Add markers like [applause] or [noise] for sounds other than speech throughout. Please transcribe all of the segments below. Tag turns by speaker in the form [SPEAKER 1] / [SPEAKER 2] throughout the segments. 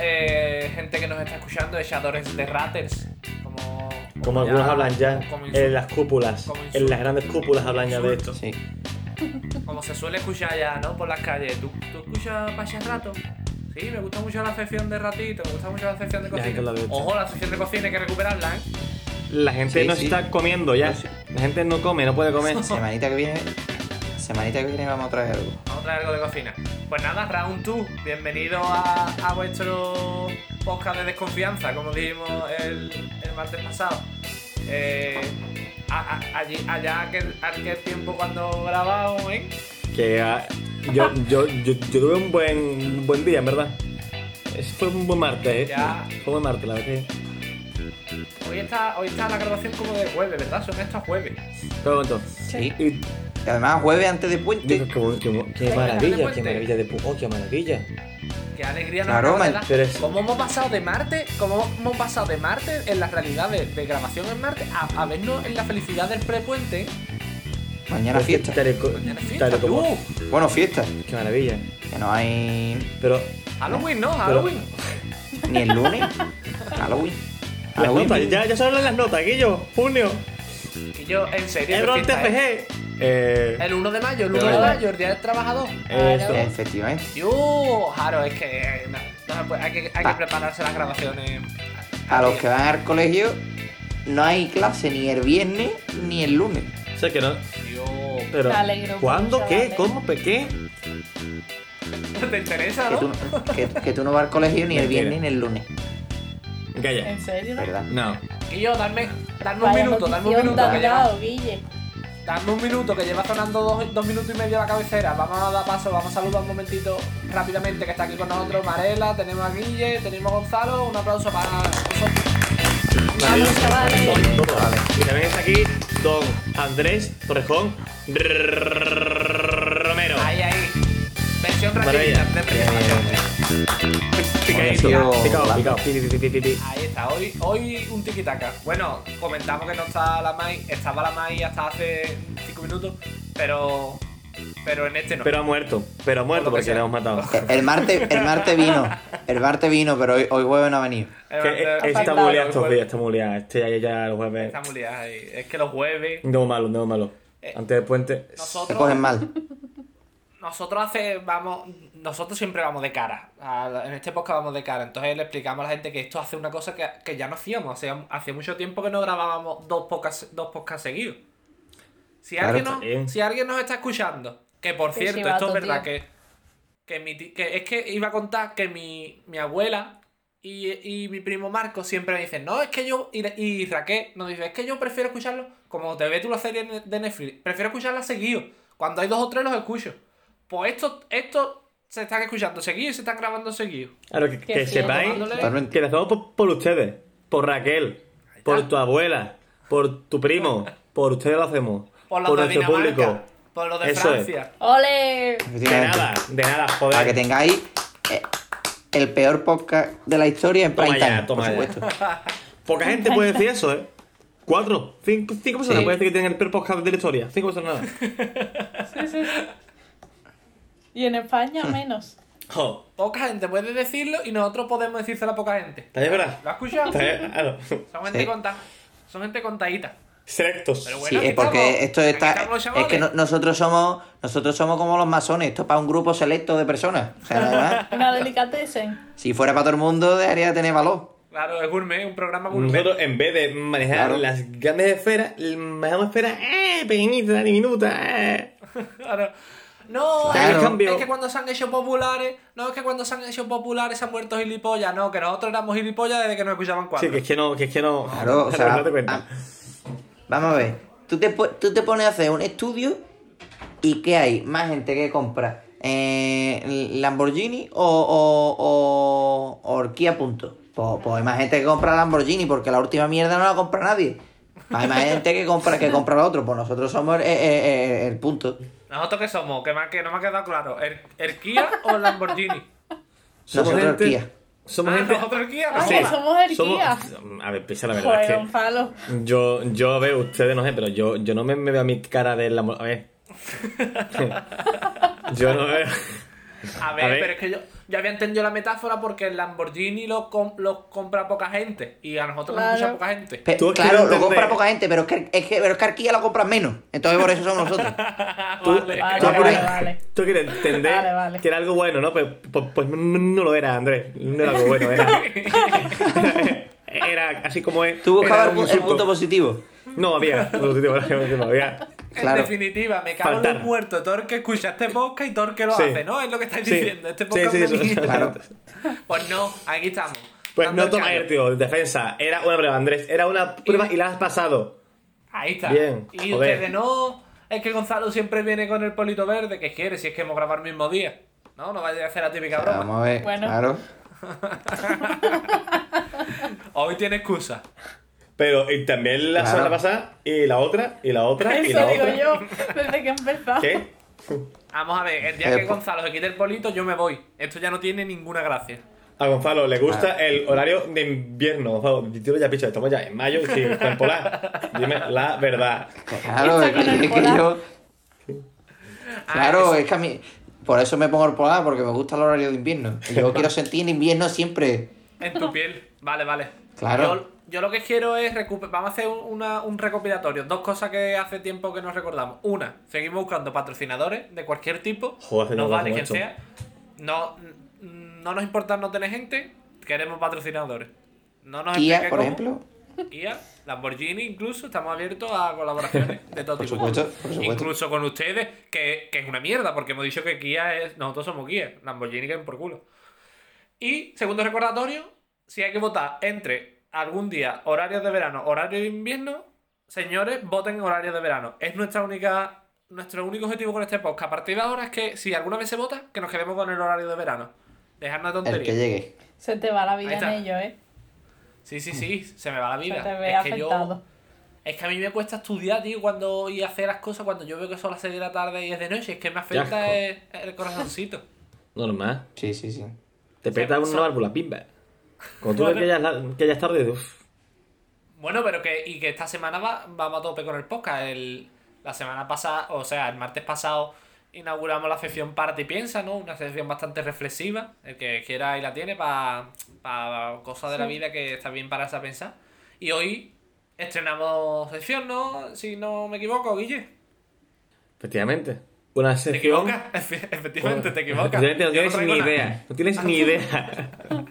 [SPEAKER 1] eh, escuchando de Shadowlands de Ratters. Como,
[SPEAKER 2] Como algunos
[SPEAKER 1] ya-
[SPEAKER 2] hablan ya
[SPEAKER 1] como insu-
[SPEAKER 2] en las cúpulas,
[SPEAKER 1] como insu-
[SPEAKER 2] en las grandes cúpulas hablan ya de esto.
[SPEAKER 1] insulto.
[SPEAKER 3] Sí.
[SPEAKER 1] Como se suele escuchar ya, ¿no? Por las calles. ¿Tú, tú escuchas Pacha Rato? Sí, me gusta mucho la sección de ratito, me gusta mucho la sección de
[SPEAKER 2] Ya,
[SPEAKER 1] cocina.
[SPEAKER 2] que la de hecho.
[SPEAKER 1] Ojo, la sección de cocina hay que recuperarla, ¿eh?
[SPEAKER 2] La gente
[SPEAKER 3] Sí,
[SPEAKER 2] no
[SPEAKER 3] sí.
[SPEAKER 2] está comiendo ya.
[SPEAKER 3] Sí,
[SPEAKER 2] La gente no come, no
[SPEAKER 1] [laughs]
[SPEAKER 2] puede [laughs] comer.
[SPEAKER 3] Semanita que viene. Semanita que viene vamos a traer algo.
[SPEAKER 1] Vamos a traer algo de cocina. Pues nada, round 2. Bienvenido a, a vuestro podcast de desconfianza, como dijimos el, el martes pasado. Eh, a- a- allí, allá que aquel tiempo cuando grabamos, ¿eh?
[SPEAKER 2] Que ah, yo, yo, yo, yo tuve un buen, un buen día, en verdad. Ese fue un buen martes, eh.
[SPEAKER 1] Ya.
[SPEAKER 2] Fue un buen martes, la verdad. que-
[SPEAKER 1] Hoy está, hoy está la grabación como de jueves, ¿verdad? Son estos jueves.
[SPEAKER 2] Pero bueno,
[SPEAKER 3] Sí.
[SPEAKER 2] y
[SPEAKER 3] Y además jueves antes de
[SPEAKER 2] Digo,
[SPEAKER 3] puente.
[SPEAKER 2] qué, bu- qué bu- qué
[SPEAKER 1] Venga, dale pues
[SPEAKER 2] maravilla,
[SPEAKER 1] puente.
[SPEAKER 2] qué maravilla de pu- oh, qué maravilla.
[SPEAKER 1] Qué alegría nos
[SPEAKER 3] Claro,
[SPEAKER 1] acaba de
[SPEAKER 3] man,
[SPEAKER 1] dar.
[SPEAKER 2] pero es-
[SPEAKER 1] ¿Cómo hemos pasado de Marte? ¿Cómo hemos pasado de Marte en la realidad de, de grabación en Marte a, a vernos en la felicidad del prepuente?
[SPEAKER 3] Mañana
[SPEAKER 2] Es que
[SPEAKER 3] fiesta.
[SPEAKER 2] tal y co-
[SPEAKER 1] Mañana es
[SPEAKER 2] tal
[SPEAKER 1] fiesta,
[SPEAKER 2] y como-
[SPEAKER 1] tú.
[SPEAKER 3] Bueno, fiesta.
[SPEAKER 2] Qué maravilla.
[SPEAKER 3] Que no hay
[SPEAKER 2] Pero
[SPEAKER 1] Halloween, ¿no? Halloween.
[SPEAKER 3] ni el lunes. [laughs] Halloween.
[SPEAKER 2] las
[SPEAKER 3] Halloween.
[SPEAKER 2] notas, ya, ya se hablan las notas, Guillo. Junio.
[SPEAKER 1] Y yo, en serio. qué
[SPEAKER 2] Error
[SPEAKER 1] fiesta, ¿eh?
[SPEAKER 2] TFG. Eh,
[SPEAKER 1] El 1 de mayo, el 1
[SPEAKER 2] Pero
[SPEAKER 1] de
[SPEAKER 2] bueno.
[SPEAKER 1] mayo, el día del trabajador.
[SPEAKER 2] Eso.
[SPEAKER 1] Ah, ya.
[SPEAKER 3] Efectivamente.
[SPEAKER 1] Yo, Jaro, es que. eh, no, no se puede- hay que, hay que
[SPEAKER 3] Ah.
[SPEAKER 1] prepararse las grabaciones.
[SPEAKER 3] A los que van al colegio no hay clase ni el viernes ni el lunes.
[SPEAKER 2] o sea que no.
[SPEAKER 1] Yo.
[SPEAKER 2] Pero,
[SPEAKER 4] Me alegro
[SPEAKER 2] ¿Cuándo?
[SPEAKER 4] mucho,
[SPEAKER 2] ¿Qué?
[SPEAKER 4] vale.
[SPEAKER 2] ¿Cómo? ¿Pe- ¿Qué?
[SPEAKER 1] [laughs] ¿Te interesa,
[SPEAKER 3] Que
[SPEAKER 1] no?
[SPEAKER 3] tú, no- que, que tú no vas al colegio ni el
[SPEAKER 2] Mentira.
[SPEAKER 3] viernes ni el lunes.
[SPEAKER 2] Calla.
[SPEAKER 4] ¿En serio?
[SPEAKER 3] ¿Verdad?
[SPEAKER 2] No.
[SPEAKER 1] Y yo, darme, darme un
[SPEAKER 4] Vaya
[SPEAKER 1] minuto, darme un
[SPEAKER 4] notición
[SPEAKER 1] minuto.
[SPEAKER 4] te has
[SPEAKER 1] que lleva-
[SPEAKER 4] dado, Guille.
[SPEAKER 1] Dame un minuto, que lleva sonando dos, dos minutos y medio la cabecera. Vamos a dar paso, vamos a saludar un momentito rápidamente, que está aquí con nosotros Marela, tenemos a Guille, tenemos a Gonzalo. Un aplauso para nosotros.
[SPEAKER 4] Vamos, chavales.
[SPEAKER 2] Y también está aquí don Andrés Torrejón Romero.
[SPEAKER 1] Ahí, ahí. Versión
[SPEAKER 2] Maravilla.
[SPEAKER 1] rapidita, de presentación.
[SPEAKER 2] Picadito.
[SPEAKER 3] Tío,
[SPEAKER 2] Picado,
[SPEAKER 3] la-
[SPEAKER 2] picado. Ti, ti, ti, ti, ti, ti.
[SPEAKER 1] Ahí está, hoy, hoy un tiquitaca. Bueno, comentamos que no está la Mai, estaba la Mai hasta hace cinco minutos, pero. Pero en este no.
[SPEAKER 2] Pero ha muerto. Pero ha muerto
[SPEAKER 1] Por lo que
[SPEAKER 2] porque le
[SPEAKER 1] sea.
[SPEAKER 2] hemos
[SPEAKER 1] [laughs]
[SPEAKER 2] matado.
[SPEAKER 3] El, el martes, el martes vino. El martes vino, pero hoy, hoy jueves no ha venido.
[SPEAKER 1] Eh,
[SPEAKER 2] Que,
[SPEAKER 1] eh,
[SPEAKER 2] eh, está
[SPEAKER 4] faltado.
[SPEAKER 2] muleado estos días, está muleado. Este ya, ya el jueves.
[SPEAKER 1] Está muy liada ahí. Es que los jueves.
[SPEAKER 2] No malo, no malo.
[SPEAKER 1] Eh,
[SPEAKER 2] Antes del puente.
[SPEAKER 3] Te
[SPEAKER 1] Nosotros.
[SPEAKER 3] cogen mal.
[SPEAKER 1] Nosotros hace, vamos, nosotros siempre vamos de cara. A- En este podcast vamos de cara. Entonces le explicamos a la gente que esto hace una cosa que, que ya no hacíamos. Hacía, hacía mucho tiempo que no grabábamos dos podcasts, dos podcasts seguidos. Si,
[SPEAKER 3] Claro,
[SPEAKER 1] alguien
[SPEAKER 2] está bien.
[SPEAKER 1] nos, si alguien nos está escuchando, que por
[SPEAKER 4] Qué
[SPEAKER 1] cierto,
[SPEAKER 4] chivato,
[SPEAKER 1] esto es verdad
[SPEAKER 4] tío.
[SPEAKER 1] que, que, mi ti- que es que iba a contar que mi, mi abuela y, y mi primo Marco siempre me dicen, no, es que yo, y, y Raquel nos dice, es que yo prefiero escucharlo, como te ves tú la serie ne- de Netflix, prefiero escucharla seguido. Cuando hay dos o tres los escucho. Pues estos, estos se están escuchando seguido y se están grabando seguido.
[SPEAKER 2] Claro, que,
[SPEAKER 4] Qué
[SPEAKER 2] que
[SPEAKER 4] fiel.
[SPEAKER 2] sepáis
[SPEAKER 1] pues,
[SPEAKER 3] Totalmente.
[SPEAKER 2] que lo hacemos por, por ustedes, por Raquel, por tu abuela, por tu primo, por ustedes lo
[SPEAKER 1] [laughs]
[SPEAKER 2] hacemos,
[SPEAKER 1] Por
[SPEAKER 2] por,
[SPEAKER 1] los de
[SPEAKER 2] nuestro
[SPEAKER 1] Dinamarca,
[SPEAKER 2] público.
[SPEAKER 1] por los de
[SPEAKER 2] Eso es.
[SPEAKER 1] Francia.
[SPEAKER 4] ¡Ole!
[SPEAKER 2] De nada, de nada, joder.
[SPEAKER 3] Para que tengáis eh, el peor podcast de la historia en
[SPEAKER 2] Toma
[SPEAKER 3] prime
[SPEAKER 2] ya,
[SPEAKER 3] time, por
[SPEAKER 2] toma ya.
[SPEAKER 3] supuesto.
[SPEAKER 2] [laughs] Poca gente puede decir eso, ¿eh? Cuatro, cinco, cinco personas
[SPEAKER 3] Sí.
[SPEAKER 2] puede decir que tienen el peor podcast de la historia. Cinco personas
[SPEAKER 3] [laughs]
[SPEAKER 2] nada.
[SPEAKER 4] Sí, sí, sí. Y en España menos.
[SPEAKER 2] Jo,
[SPEAKER 1] Poca gente puede decirlo y nosotros podemos decírselo a poca gente.
[SPEAKER 2] ¿Está bien, verdad?
[SPEAKER 1] ¿Lo has escuchado?
[SPEAKER 2] ¿Está bien? Claro. [laughs]
[SPEAKER 1] Son gente
[SPEAKER 3] Sí.
[SPEAKER 1] contada. Son gente contadita.
[SPEAKER 2] Selectos.
[SPEAKER 1] Pero
[SPEAKER 3] Sí,
[SPEAKER 1] bueno, aquí
[SPEAKER 3] es porque
[SPEAKER 1] estamos.
[SPEAKER 3] esto
[SPEAKER 1] Aquí
[SPEAKER 3] está.
[SPEAKER 1] estamos los
[SPEAKER 3] Es que
[SPEAKER 1] chavales.
[SPEAKER 3] no- nosotros somos nosotros somos como los masones, esto es para un grupo selecto de personas. O sea, nada
[SPEAKER 1] [laughs]
[SPEAKER 3] más.
[SPEAKER 4] Una delicatessen.
[SPEAKER 3] Si fuera para todo el mundo, dejaría de tener valor.
[SPEAKER 1] Claro, es gourmet, un programa gourmet.
[SPEAKER 2] Nosotros, en vez de manejar
[SPEAKER 3] Claro.
[SPEAKER 2] las grandes esferas, manejamos esferas eh, pequeñitas, diminutas. Eh.
[SPEAKER 1] [laughs] Claro. No,
[SPEAKER 3] Claro.
[SPEAKER 1] es que-
[SPEAKER 2] Cambio.
[SPEAKER 1] es que cuando se han hecho populares, no es que cuando se han hecho populares se han muerto gilipollas, no, que nosotros éramos gilipollas desde que nos escuchaban cuatro.
[SPEAKER 2] Sí, que es que no, que es que no.
[SPEAKER 3] Claro,
[SPEAKER 2] [laughs]
[SPEAKER 3] o sea,
[SPEAKER 2] no te cuenta.
[SPEAKER 3] ah, vamos a ver. Tú te, po- tú te pones a hacer un estudio y ¿qué hay? Más gente que compra eh, Lamborghini o, o, o, o Kia Punto. Pues, pues hay más gente que compra Lamborghini porque la última mierda no la compra nadie. Hay más gente que compra que compra lo otro. Pues nosotros somos el, el- el- el- el punto.
[SPEAKER 1] ¿Nosotros qué somos? Que, me ha- que no me ha quedado claro. ¿El, el Kia o el Lamborghini?
[SPEAKER 3] Nosotros
[SPEAKER 2] gente,
[SPEAKER 3] el Kia.
[SPEAKER 2] [laughs] Somos
[SPEAKER 1] Ah,
[SPEAKER 2] gente.
[SPEAKER 1] ¿Nosotros el Kia?
[SPEAKER 4] Ah,
[SPEAKER 1] No,
[SPEAKER 2] Sí.
[SPEAKER 4] que somos el Kia.
[SPEAKER 2] A ver, pisa la verdad.
[SPEAKER 4] Joder,
[SPEAKER 2] es que [laughs]
[SPEAKER 4] Gonzalo.
[SPEAKER 2] yo, yo, a ver, ustedes no sé, pero yo, yo [laughs] no me, me veo a mi cara de la. mo- A ver. yo no me veo.
[SPEAKER 1] A ver,
[SPEAKER 2] A ver.
[SPEAKER 1] pero es que yo, yo había entendido la metáfora porque el Lamborghini lo, com- lo compra poca gente y a nosotros
[SPEAKER 4] Claro.
[SPEAKER 1] nos escucha poca gente.
[SPEAKER 3] Pe-
[SPEAKER 2] Tú has
[SPEAKER 3] claro,
[SPEAKER 2] querido
[SPEAKER 3] lo compra
[SPEAKER 2] entender.
[SPEAKER 3] poca gente, pero es que, es que, pero es que Arquía lo compran menos. Entonces por eso somos nosotros.
[SPEAKER 2] Tú,
[SPEAKER 1] Ah, Vale.
[SPEAKER 4] Ah, Vale,
[SPEAKER 2] tú
[SPEAKER 4] vale,
[SPEAKER 2] quieres-
[SPEAKER 4] vale.
[SPEAKER 2] tú quieres entender
[SPEAKER 4] Vale, vale.
[SPEAKER 2] que era algo bueno, ¿no? Pues, pues, pues no no lo era, Andrés. No era algo bueno,
[SPEAKER 4] [laughs]
[SPEAKER 2] era. era así como es.
[SPEAKER 3] Tú buscabas
[SPEAKER 2] era
[SPEAKER 3] el,
[SPEAKER 2] un
[SPEAKER 3] pu- el
[SPEAKER 2] surco.
[SPEAKER 3] punto positivo.
[SPEAKER 2] No había. un positivo, no había.
[SPEAKER 3] Claro.
[SPEAKER 1] En definitiva, me cago en
[SPEAKER 2] Faltar.
[SPEAKER 1] un muerto. Torque escucha este podcast y Torque lo
[SPEAKER 2] Sí.
[SPEAKER 1] hace, ¿no? Es lo que [laughs] estáis
[SPEAKER 2] Sí.
[SPEAKER 1] diciendo. Este
[SPEAKER 2] Sí,
[SPEAKER 1] podcast
[SPEAKER 2] sí,
[SPEAKER 1] es una
[SPEAKER 2] eso,
[SPEAKER 1] mierda.
[SPEAKER 2] claro.
[SPEAKER 1] Pues no, aquí estamos.
[SPEAKER 2] Pues
[SPEAKER 1] dando
[SPEAKER 2] no
[SPEAKER 1] el
[SPEAKER 2] toma
[SPEAKER 1] callo.
[SPEAKER 2] el tío. Defensa. Era una prueba, Andrés. Era una prueba y la has pasado.
[SPEAKER 1] Ahí está.
[SPEAKER 2] Bien,
[SPEAKER 1] Y
[SPEAKER 2] joder.
[SPEAKER 1] ustedes no. Es que Gonzalo siempre viene con el polito verde. que quiere? Si es que hemos grabado el mismo día. No, no vaya a hacer la típica broma.
[SPEAKER 3] Vamos a ver.
[SPEAKER 4] Bueno.
[SPEAKER 3] Claro.
[SPEAKER 1] Hoy tiene excusa.
[SPEAKER 2] Pero y también la
[SPEAKER 3] Claro.
[SPEAKER 2] semana pasada, y la otra, y la otra, y
[SPEAKER 4] Eso
[SPEAKER 2] la
[SPEAKER 4] digo
[SPEAKER 2] otra.
[SPEAKER 4] yo desde que empezó.
[SPEAKER 2] ¿Qué?
[SPEAKER 1] Vamos a ver, el
[SPEAKER 3] Eh,
[SPEAKER 1] día que
[SPEAKER 3] po-
[SPEAKER 1] Gonzalo se quite el polito, yo me voy. Esto ya no tiene ninguna gracia.
[SPEAKER 2] A Gonzalo le gusta el horario de invierno. Gonzalo, yo ya picho, estamos ya en mayo,
[SPEAKER 1] [laughs]
[SPEAKER 2] sí, temporal. Dime la verdad.
[SPEAKER 3] Claro,
[SPEAKER 4] Está
[SPEAKER 3] es
[SPEAKER 4] con el
[SPEAKER 3] que, es que
[SPEAKER 4] polar.
[SPEAKER 3] yo. Claro,
[SPEAKER 1] Ah, eso-
[SPEAKER 3] es que a mí. Por eso me pongo el polar, porque me gusta el horario de invierno. Y Yo quiero sentir en invierno siempre.
[SPEAKER 1] En tu piel. Vale, vale.
[SPEAKER 3] Claro.
[SPEAKER 1] Yo, yo lo que quiero es recuperar. Vamos a hacer un- una- un recopilatorio. Dos cosas que hace tiempo que nos recordamos. Una, seguimos buscando patrocinadores de cualquier tipo.
[SPEAKER 2] Joder, hace
[SPEAKER 1] nos
[SPEAKER 2] tiempo
[SPEAKER 1] vale
[SPEAKER 2] que
[SPEAKER 1] quien
[SPEAKER 2] hacemos
[SPEAKER 1] sea. No, no nos importa no tener gente. Queremos patrocinadores. No nos
[SPEAKER 3] Kia,
[SPEAKER 1] explique
[SPEAKER 3] por
[SPEAKER 1] cómo.
[SPEAKER 3] ejemplo.
[SPEAKER 1] Kia, Lamborghini, incluso. Estamos abiertos a colaboraciones de todo
[SPEAKER 3] Por
[SPEAKER 1] tipo.
[SPEAKER 3] supuesto, por supuesto.
[SPEAKER 1] Incluso con ustedes, que, que es una mierda, porque hemos dicho que Kia es. Nosotros somos Kia, Lamborghini que es por culo. Y segundo recordatorio: si hay que votar entre algún día horarios de verano, horario de invierno, señores, voten en horario de verano. Es nuestra única. Nuestro único objetivo con este podcast a partir de ahora es que si alguna vez se vota, que nos quedemos con el horario de verano. Dejarnos de
[SPEAKER 3] El
[SPEAKER 1] tonterías.
[SPEAKER 3] que llegue.
[SPEAKER 4] Se te va la
[SPEAKER 1] Ahí
[SPEAKER 4] vida en
[SPEAKER 1] está.
[SPEAKER 4] ello, ¿eh?
[SPEAKER 1] Sí, sí, sí, se me va la
[SPEAKER 4] Se
[SPEAKER 1] vida.
[SPEAKER 4] te ve
[SPEAKER 1] es que yo-
[SPEAKER 4] afectado.
[SPEAKER 1] Es que a mí me cuesta estudiar, tío, cuando y hacer las cosas, cuando yo veo que son las 6 de la tarde y es de noche, es que me afecta
[SPEAKER 2] Qué
[SPEAKER 1] el, el corazoncito.
[SPEAKER 2] Normal.
[SPEAKER 3] Sí, sí, sí.
[SPEAKER 2] Te peta una válvula, pimba. Cuando tú ves que ya, es la- que ya es tarde, uff.
[SPEAKER 1] Bueno, pero que, y que esta semana va, vamos a tope con el podcast. El, la semana pasada, o sea, el martes pasado inauguramos la sección Parte y Piensa, ¿no? Una sección bastante reflexiva. El que quiera y la tiene para cosas de la vida que está bien pararse a pensar. Y hoy estrenamos sección, ¿no? Si no me equivoco, Guille.
[SPEAKER 2] Efectivamente. Una
[SPEAKER 1] ¿Te
[SPEAKER 2] sección.
[SPEAKER 1] equivocas? [laughs] Efe- Efectivamente, te equivocas.
[SPEAKER 2] Efectivamente, no
[SPEAKER 1] Yo
[SPEAKER 2] tienes
[SPEAKER 1] traigo
[SPEAKER 2] ni
[SPEAKER 1] nada.
[SPEAKER 2] idea. No tienes ni idea.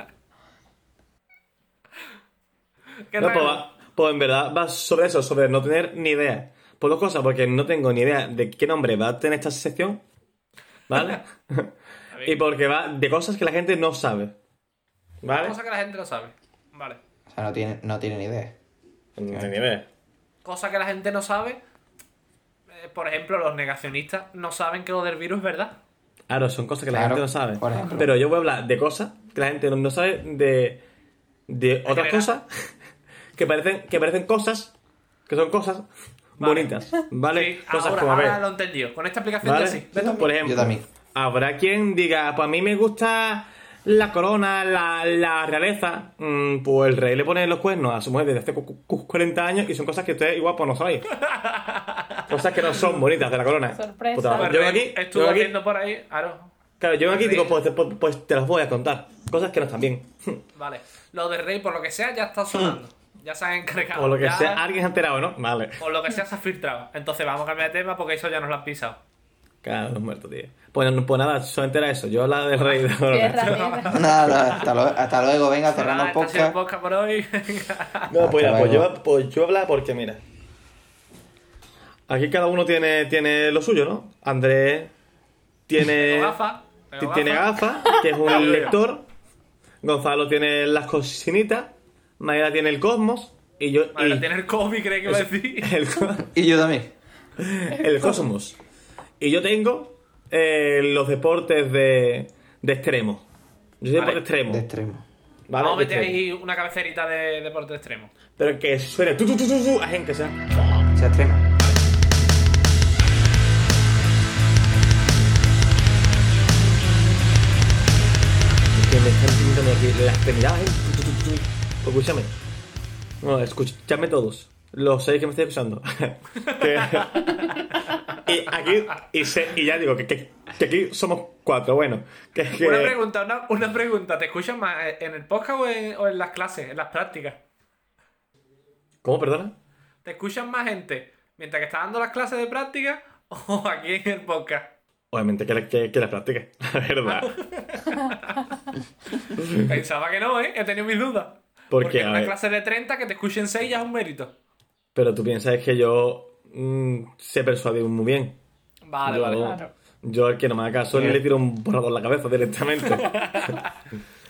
[SPEAKER 1] ¿Qué
[SPEAKER 2] No, pues,
[SPEAKER 1] traigo?
[SPEAKER 2] va- pues en verdad va sobre eso, sobre no tener ni idea. Por dos cosas, porque no tengo ni idea de qué nombre va a tener esta sección,
[SPEAKER 1] [laughs]
[SPEAKER 2] ¿vale? [laughs] y porque va de cosas que la gente no sabe, ¿vale?
[SPEAKER 1] Cosa que la gente no sabe. Vale.
[SPEAKER 3] O sea, no tiene, no tiene ni idea.
[SPEAKER 2] No tengo ni idea.
[SPEAKER 1] Cosa que la gente no sabe. eh, por ejemplo, los negacionistas no saben que lo del virus es verdad.
[SPEAKER 2] Claro, son cosas que la
[SPEAKER 3] Claro,
[SPEAKER 2] gente no sabe.
[SPEAKER 3] por ejemplo.
[SPEAKER 2] Pero yo voy a hablar de cosas que la gente no- no sabe, de, de otras
[SPEAKER 1] verás.
[SPEAKER 2] cosas que parecen, que parecen cosas, que son cosas bonitas, ¿vale?
[SPEAKER 1] Sí,
[SPEAKER 2] cosas
[SPEAKER 1] ahora,
[SPEAKER 2] como a ver.
[SPEAKER 1] ahora lo he entendido. Con esta aplicación
[SPEAKER 2] ¿Vale?
[SPEAKER 1] ya sí. Vete
[SPEAKER 2] Por ejemplo,
[SPEAKER 3] Yo también.
[SPEAKER 2] habrá quien diga, pues a mí me gusta la corona, la, la realeza. Mm, pues el rey le pone los cuernos a su mujer desde hace cu- cu- 40 años y son cosas que ustedes igual pues
[SPEAKER 1] [laughs]
[SPEAKER 2] no sabéis. cosas que no son bonitas de la corona.
[SPEAKER 4] Sorpresa.
[SPEAKER 2] Puta,
[SPEAKER 1] tú.
[SPEAKER 4] Pues
[SPEAKER 2] yo
[SPEAKER 1] Rey
[SPEAKER 2] aquí,
[SPEAKER 1] Estuvo
[SPEAKER 2] yo aquí,
[SPEAKER 1] haciendo por ahí. Claro.
[SPEAKER 2] claro, yo aquí
[SPEAKER 1] el
[SPEAKER 2] digo,
[SPEAKER 1] rey.
[SPEAKER 2] pues, te- pues- pues te las voy a contar. Cosas que no están bien.
[SPEAKER 1] Vale. Lo del rey, por lo que sea, ya está
[SPEAKER 2] [clears throat]
[SPEAKER 1] sonando. ya se han encargado.
[SPEAKER 2] o lo que
[SPEAKER 1] Ya-
[SPEAKER 2] sea, alguien se ha enterado, ¿no? Vale.
[SPEAKER 1] Por lo que sea, se ha filtrado. Entonces vamos a cambiar de tema porque eso ya nos lo han pisado.
[SPEAKER 2] Claro, los muertos, tío. Pues, no- pues nada, solo entera eso. Yo la del rey de la corona.
[SPEAKER 4] Tierra, tierra.
[SPEAKER 3] Nada, nada, hasta, lo- hasta luego. Venga, cerrando
[SPEAKER 1] Ah,
[SPEAKER 3] el
[SPEAKER 1] este ha sido el
[SPEAKER 3] podcast.
[SPEAKER 1] podcast por hoy. [laughs]
[SPEAKER 2] No, pues, mira,
[SPEAKER 3] Hasta
[SPEAKER 2] pues,
[SPEAKER 3] luego.
[SPEAKER 2] yo, pues yo habla porque, mira. Aquí cada uno tiene, tiene lo suyo, ¿no? Andrés tiene.
[SPEAKER 1] [laughs] Tengo gafas. tengo
[SPEAKER 2] Eh, tiene gafas, que
[SPEAKER 1] [laughs]
[SPEAKER 2] es un lector. Gonzalo tiene las cocinitas. Mayra tiene el cosmos. Y yo.
[SPEAKER 1] Vale,
[SPEAKER 2] y-
[SPEAKER 1] tiene el COVID, cree que iba a decir.
[SPEAKER 2] el, co-
[SPEAKER 3] Y yo también.
[SPEAKER 2] el cosmos. Y yo tengo eh, los deportes de, de extremo. Yo soy
[SPEAKER 1] Vale.
[SPEAKER 2] deporte extremo.
[SPEAKER 3] De extremo.
[SPEAKER 2] ¿vale?
[SPEAKER 1] Vamos a
[SPEAKER 2] De
[SPEAKER 1] meter
[SPEAKER 2] extremo.
[SPEAKER 1] ahí una cabecerita de deporte extremo.
[SPEAKER 2] Pero que suene. Tu, tu, tu, tu, tu, a gente que sea.
[SPEAKER 3] Se extrema.
[SPEAKER 2] Que me están pintando aquí las extremidades. Tu, tu, tu, tu. Escúchame. No, escúchame todos. los seis que me estáis escuchando. [laughs] Que- y aquí, y, se- y ya digo que, que- que aquí somos cuatro, bueno. Que, que-
[SPEAKER 1] Una pregunta, una, una pregunta. ¿Te escuchan más en el podcast o en, o en las clases, en las prácticas?
[SPEAKER 2] ¿Cómo, perdona?
[SPEAKER 1] ¿Te escuchan más gente mientras que está dando las clases de práctica [laughs] o aquí en el
[SPEAKER 2] [laughs]
[SPEAKER 1] podcast?
[SPEAKER 2] Obviamente que, la- que, que las practiques, [laughs] la verdad.
[SPEAKER 1] Pensaba que no, ¿eh? He tenido mis dudas.
[SPEAKER 2] ¿Por
[SPEAKER 1] Porque
[SPEAKER 2] qué?
[SPEAKER 1] en
[SPEAKER 2] A
[SPEAKER 1] una
[SPEAKER 2] ver.
[SPEAKER 1] clase de 30 que te escuchen 6 ya es un mérito.
[SPEAKER 2] Pero tú piensas que yo mm, sé persuadir muy bien.
[SPEAKER 1] Vale,
[SPEAKER 2] yo,
[SPEAKER 1] vale. Eh.
[SPEAKER 4] claro.
[SPEAKER 2] yo al que no me haga caso
[SPEAKER 3] Bien.
[SPEAKER 2] le tiro un borrador en la cabeza
[SPEAKER 1] [laughs]
[SPEAKER 2] directamente.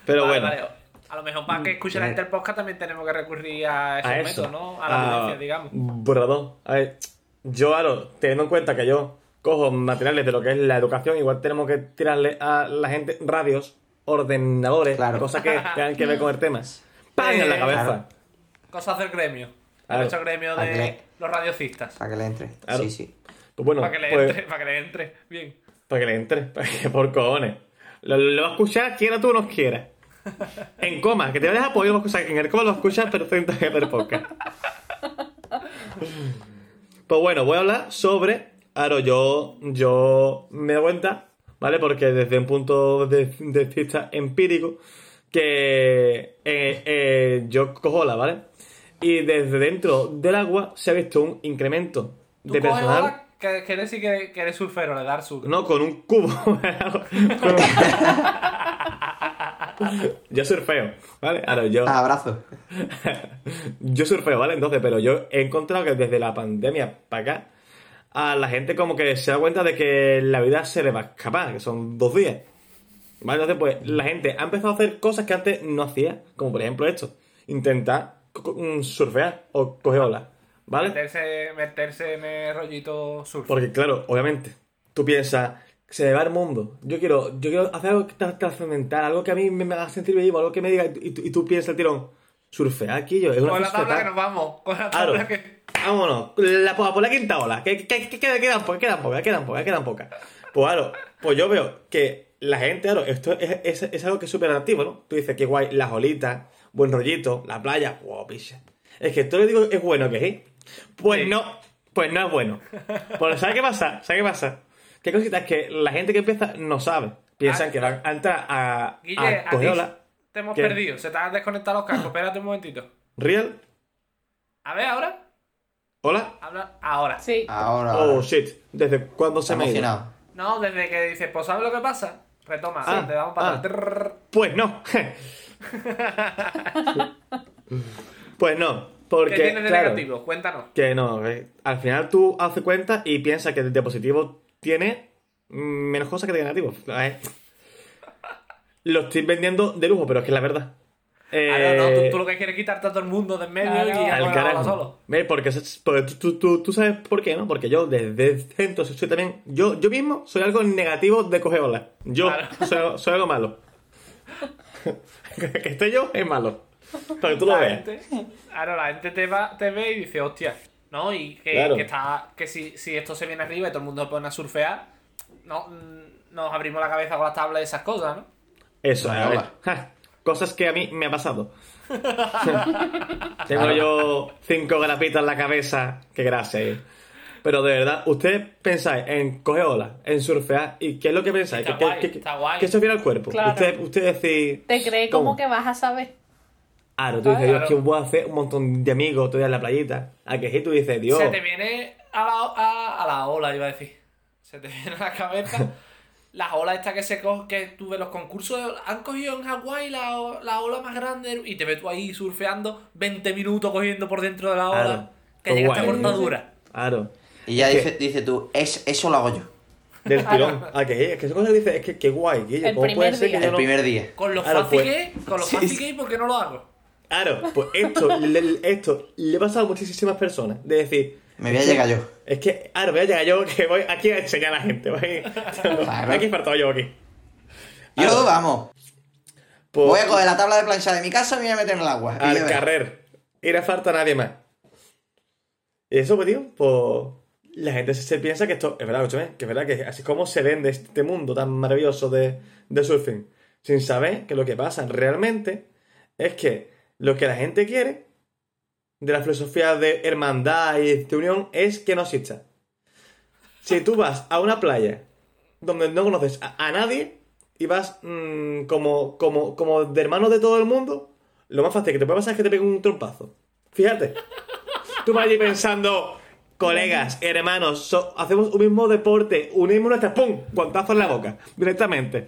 [SPEAKER 2] Pero
[SPEAKER 1] Vale,
[SPEAKER 2] bueno, Mm.
[SPEAKER 1] vale. A lo mejor para que escuche la gente el podcast también tenemos que recurrir a ese
[SPEAKER 2] a
[SPEAKER 1] método,
[SPEAKER 2] eso. Ah.
[SPEAKER 1] ¿no? A la violencia, digamos.
[SPEAKER 2] Borrador. A ver, yo, claro, teniendo en cuenta que yo cojo materiales de lo que es la educación, igual tenemos que tirarle a la gente radios, ordenadores,
[SPEAKER 3] Claro.
[SPEAKER 2] cosas que tengan que ver con
[SPEAKER 1] [laughs]
[SPEAKER 2] el tema. ¡Pam! en la
[SPEAKER 1] Eh,
[SPEAKER 2] cabeza.
[SPEAKER 3] claro.
[SPEAKER 1] Cosas del gremio.
[SPEAKER 2] Claro.
[SPEAKER 1] Nuestro gremio de
[SPEAKER 3] Aquí.
[SPEAKER 1] los radiocistas.
[SPEAKER 3] Para que le entre.
[SPEAKER 2] Claro.
[SPEAKER 3] Sí, sí.
[SPEAKER 2] Pues bueno,
[SPEAKER 1] Para que le
[SPEAKER 2] pues-
[SPEAKER 1] entre, para que le entre. Bien.
[SPEAKER 2] Para que le entre, [laughs] para que por cojones. Lo, lo va a escuchar quiera tú o no quieras. En coma, que te vayas a poder escuchar. En el coma lo escuchas perfectamente el podcast. Pues bueno, voy a hablar sobre. Claro, yo, yo me doy cuenta, ¿vale? Porque desde un punto de, de vista empírico, que eh, eh, yo cojo la, ¿vale? Y desde dentro del agua se ha visto un incremento
[SPEAKER 1] Tú
[SPEAKER 2] de
[SPEAKER 1] coges
[SPEAKER 2] personal.
[SPEAKER 1] olas que quiere decir que, que eres surfero, le dar sur.
[SPEAKER 2] No, con un cubo. Con un- yo surfeo, ¿vale? Ahora, yo,
[SPEAKER 3] Ah, abrazo.
[SPEAKER 2] yo surfeo, ¿vale? Entonces, pero yo he encontrado que desde la pandemia para acá, a la gente como que se da cuenta de que la vida se le va a escapar, que son dos días. ¿Vale? Entonces, pues la gente ha empezado a hacer cosas que antes no hacía, como por ejemplo esto, intentar co- co- mm, surfear o coger olas, ¿vale?
[SPEAKER 1] Meterse, meterse en el rollito surf.
[SPEAKER 2] Porque claro, obviamente, tú piensas, se me va el mundo. Yo quiero, yo quiero hacer algo que tra- trascendental, algo que a mí me me haga sentir vivo, algo que me diga, y, tú- y tú piensas el tirón, surfear aquí yo, es una
[SPEAKER 1] Con la
[SPEAKER 2] cosa
[SPEAKER 1] tabla que
[SPEAKER 2] tal".
[SPEAKER 1] nos vamos. Con la [laughs]
[SPEAKER 2] Claro.
[SPEAKER 1] tabla que.
[SPEAKER 2] Vámonos, la, pues, por, por la quinta ola, que, que, que queda- quedan pocas, quedan pocas, quedan pocas, quedan pocas. Pues claro, pues yo veo que la gente, claro, esto es, es, es algo que es súper activo, ¿no? Tú dices que guay, las olitas, buen rollito, la playa, wow, picha. Es que todo lo digo es bueno, que sí. Pues
[SPEAKER 1] Sí.
[SPEAKER 2] no, pues no es bueno. Pues ¿sabes qué pasa? ¿Sabes qué pasa? Que hay cositas que la gente que empieza no sabe. Piensan
[SPEAKER 1] Ah.
[SPEAKER 2] que van a entrar a,
[SPEAKER 1] Guille,
[SPEAKER 2] a
[SPEAKER 1] a
[SPEAKER 2] coger
[SPEAKER 1] ti
[SPEAKER 2] ola.
[SPEAKER 1] te hemos
[SPEAKER 2] Ah, ¿Qué?
[SPEAKER 1] perdido. Se te han desconectado los
[SPEAKER 2] [clears throat]
[SPEAKER 1] cascos. Espérate un momentito.
[SPEAKER 2] ¿Real?
[SPEAKER 1] A ver, ahora.
[SPEAKER 2] ¿Hola?
[SPEAKER 1] Habla ahora.
[SPEAKER 4] Sí.
[SPEAKER 3] Ahora.
[SPEAKER 2] Oh, shit. ¿Desde cuándo se
[SPEAKER 3] Ah. Está
[SPEAKER 2] me ha ido?
[SPEAKER 3] emocionado.
[SPEAKER 1] No, desde que dices, pues ¿sabes lo que pasa? Retoma,
[SPEAKER 2] Ah,
[SPEAKER 1] te damos para
[SPEAKER 2] ah.
[SPEAKER 1] atrás. Trrr.
[SPEAKER 2] Pues no. pues no. Porque,
[SPEAKER 1] ¿Qué tienes de
[SPEAKER 2] claro,
[SPEAKER 1] negativo? Cuéntanos.
[SPEAKER 2] Que no. eh, Al final tú haces cuenta y piensas que de positivo tiene menos cosas que de negativo. A ver. Lo estoy vendiendo de lujo, pero es que es la verdad.
[SPEAKER 1] Ah, no, no, tú,
[SPEAKER 2] Eh,
[SPEAKER 1] tú lo que quieres es quitarte a todo el mundo de en medio y
[SPEAKER 4] Claro. Al
[SPEAKER 1] acabarlo
[SPEAKER 2] al carajo.
[SPEAKER 1] solo.
[SPEAKER 2] Ve, Porque, eso- porque tú, tú- tú- tú sabes por qué, ¿no? Porque yo desde dentro soy también. Yo, yo mismo soy algo negativo de coger olas. Yo
[SPEAKER 1] Claro.
[SPEAKER 2] soy, algo- soy
[SPEAKER 1] [laughs]
[SPEAKER 2] algo malo. [laughs] que esté yo es malo. Para que tú lo
[SPEAKER 1] La
[SPEAKER 2] veas.
[SPEAKER 1] gente, claro, la gente te, va, te ve y dice, hostia, ¿no? Y que,
[SPEAKER 2] Claro.
[SPEAKER 1] que está, que si, si esto se viene arriba y todo el mundo se pone a surfear, no, mm, nos abrimos la cabeza con las tablas y esas cosas, ¿no?
[SPEAKER 2] Eso,
[SPEAKER 3] Vale,
[SPEAKER 2] a ver.
[SPEAKER 3] hola.
[SPEAKER 2] Ja, Cosas que a mí me
[SPEAKER 1] [laughs]
[SPEAKER 2] ha pasado. Tengo
[SPEAKER 3] Hola.
[SPEAKER 2] yo cinco grapitas en la cabeza. Qué gracia. eh. Pero de verdad, ustedes pensáis en coger olas, en surfear, ¿y qué es lo que pensáis?
[SPEAKER 1] Está
[SPEAKER 2] ¿Qué-
[SPEAKER 1] guay,
[SPEAKER 2] qué- qué-
[SPEAKER 1] está guay.
[SPEAKER 2] ¿Qué se viene al cuerpo?
[SPEAKER 4] Claro.
[SPEAKER 2] Ustedes ustedes decís...
[SPEAKER 4] Te cree como
[SPEAKER 2] ¿cómo?
[SPEAKER 4] que vas a saber.
[SPEAKER 2] Claro, tú dices, yo
[SPEAKER 1] Claro.
[SPEAKER 2] es que voy a hacer un montón de amigos todavía en la playita. A que sí, tú dices, Dios.
[SPEAKER 1] Se te viene a la, a, a la ola, iba a decir. Se te [laughs] viene a la cabeza. Las olas estas que se co- que tú ves los concursos de- han cogido en Hawái la, o- la ola más grande y te ves tú ahí surfeando 20 minutos cogiendo por dentro de la ola
[SPEAKER 2] Claro.
[SPEAKER 1] que
[SPEAKER 2] Qué
[SPEAKER 1] llega hasta
[SPEAKER 2] guay.
[SPEAKER 1] cortadura.
[SPEAKER 2] Claro.
[SPEAKER 3] Y ya
[SPEAKER 2] Es que-
[SPEAKER 3] dice, dice tú, es, eso lo hago yo.
[SPEAKER 2] Del tirón. A que sí, es que esa cosa que dices, es que qué guay, Guille.
[SPEAKER 4] El
[SPEAKER 2] ¿Cómo puede
[SPEAKER 4] primer
[SPEAKER 2] ser que
[SPEAKER 4] día.
[SPEAKER 2] yo
[SPEAKER 3] El
[SPEAKER 2] no-
[SPEAKER 3] primer día.
[SPEAKER 1] Con lo
[SPEAKER 2] Claro,
[SPEAKER 1] fácil
[SPEAKER 2] pues.
[SPEAKER 1] que es, con lo
[SPEAKER 2] Sí,
[SPEAKER 1] fácil
[SPEAKER 2] sí.
[SPEAKER 1] que es, ¿por qué no lo hago?
[SPEAKER 2] Claro, pues esto le, le- esto le ha pasado a muchísimas personas. De decir.
[SPEAKER 3] Me voy a
[SPEAKER 2] es que-
[SPEAKER 3] llegar yo.
[SPEAKER 2] Es que, ahora voy a llegar yo, que voy aquí a enseñar a la gente. Voy,
[SPEAKER 3] Claro.
[SPEAKER 2] Aquí he faltado yo aquí.
[SPEAKER 3] Yo,
[SPEAKER 2] Ahora,
[SPEAKER 3] vamos.
[SPEAKER 2] pues,
[SPEAKER 3] Voy a coger la tabla de plancha de mi casa y me voy a meter en el agua. Y ya
[SPEAKER 2] al
[SPEAKER 3] ves.
[SPEAKER 2] carrer. Y no falta nadie más. Y eso, pues, tío, pues la gente se, se piensa que esto es verdad, escúchame, que es verdad que así es como se vende este mundo tan maravilloso de, de surfing, sin saber que lo que pasa realmente es que lo que la gente quiere de la filosofía de hermandad y de unión es que no exista. Si tú vas a una playa donde no conoces a, a nadie y vas mm, como, como, como de hermano de todo el mundo, lo más fácil que te puede pasar es que te peguen un trompazo.
[SPEAKER 1] [laughs]
[SPEAKER 2] Fíjate. Tú vas allí pensando, colegas, hermanos, so- hacemos un mismo deporte, unimos nuestras, ¡pum! Guantazo en la boca, directamente.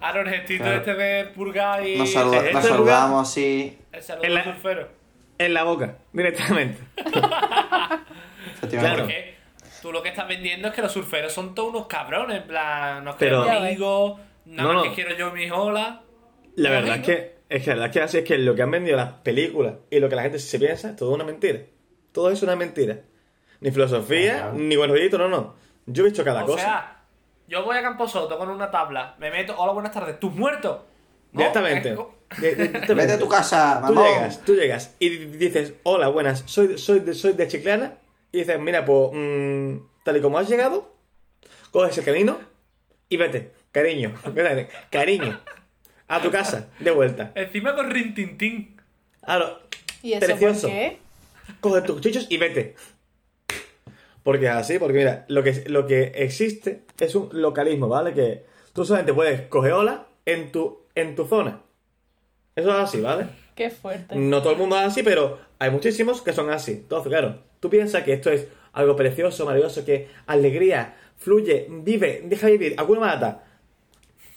[SPEAKER 1] Ahora el gestito
[SPEAKER 3] Claro.
[SPEAKER 1] este de purgar y.
[SPEAKER 3] Nos, saluda-
[SPEAKER 2] ¿en
[SPEAKER 3] nos
[SPEAKER 2] este lugar?
[SPEAKER 3] saludamos así.
[SPEAKER 1] El saludo
[SPEAKER 2] En la-
[SPEAKER 1] del surfero.
[SPEAKER 2] En la boca, directamente.
[SPEAKER 3] efectivamente.
[SPEAKER 2] Claro.
[SPEAKER 1] Porque tú lo que estás vendiendo es que los surferos son todos unos cabrones. En plan, nos
[SPEAKER 2] Pero-
[SPEAKER 1] queremos amigos, nada
[SPEAKER 2] No,
[SPEAKER 1] más
[SPEAKER 2] no.
[SPEAKER 1] que quiero yo mis olas.
[SPEAKER 2] La verdad es que, es que la verdad es que así es que lo que han vendido las películas y lo que la gente se piensa es todo una mentira. Todo es una mentira. Ni filosofía,
[SPEAKER 3] Claro.
[SPEAKER 2] ni buenos días, no, no. Yo he visto cada
[SPEAKER 1] o
[SPEAKER 2] cosa.
[SPEAKER 1] sea, yo voy a Camposoto con una tabla, me meto, hola, buenas tardes, ¿tú muerto? No, eh, oh.
[SPEAKER 2] directamente.
[SPEAKER 1] es co-
[SPEAKER 2] Di- directamente.
[SPEAKER 3] Vete a tu casa,
[SPEAKER 2] Tú
[SPEAKER 3] mamón.
[SPEAKER 2] llegas, tú llegas y di- dices, hola, buenas, soy, soy, de, soy de Chiclana. Y dices, mira, pues, mm, tal y como has llegado, coges el camino y vete, cariño, [laughs] vete, cariño, a tu casa, de vuelta.
[SPEAKER 1] Encima con [laughs] Rintintín.
[SPEAKER 2] Ahora,
[SPEAKER 4] ¿Y eso
[SPEAKER 2] Precioso.
[SPEAKER 4] por qué?
[SPEAKER 2] coge tus chichos y vete. Porque es así, porque mira, lo que, lo que existe es un localismo, ¿vale? Que tú solamente puedes coger ola en tu, en tu zona. Eso es así, ¿vale?
[SPEAKER 4] Qué fuerte.
[SPEAKER 2] No todo el mundo es así, pero hay muchísimos que son así. Entonces, claro, tú piensas que esto es algo precioso, maravilloso, que alegría, fluye, vive, deja vivir, alguna mata.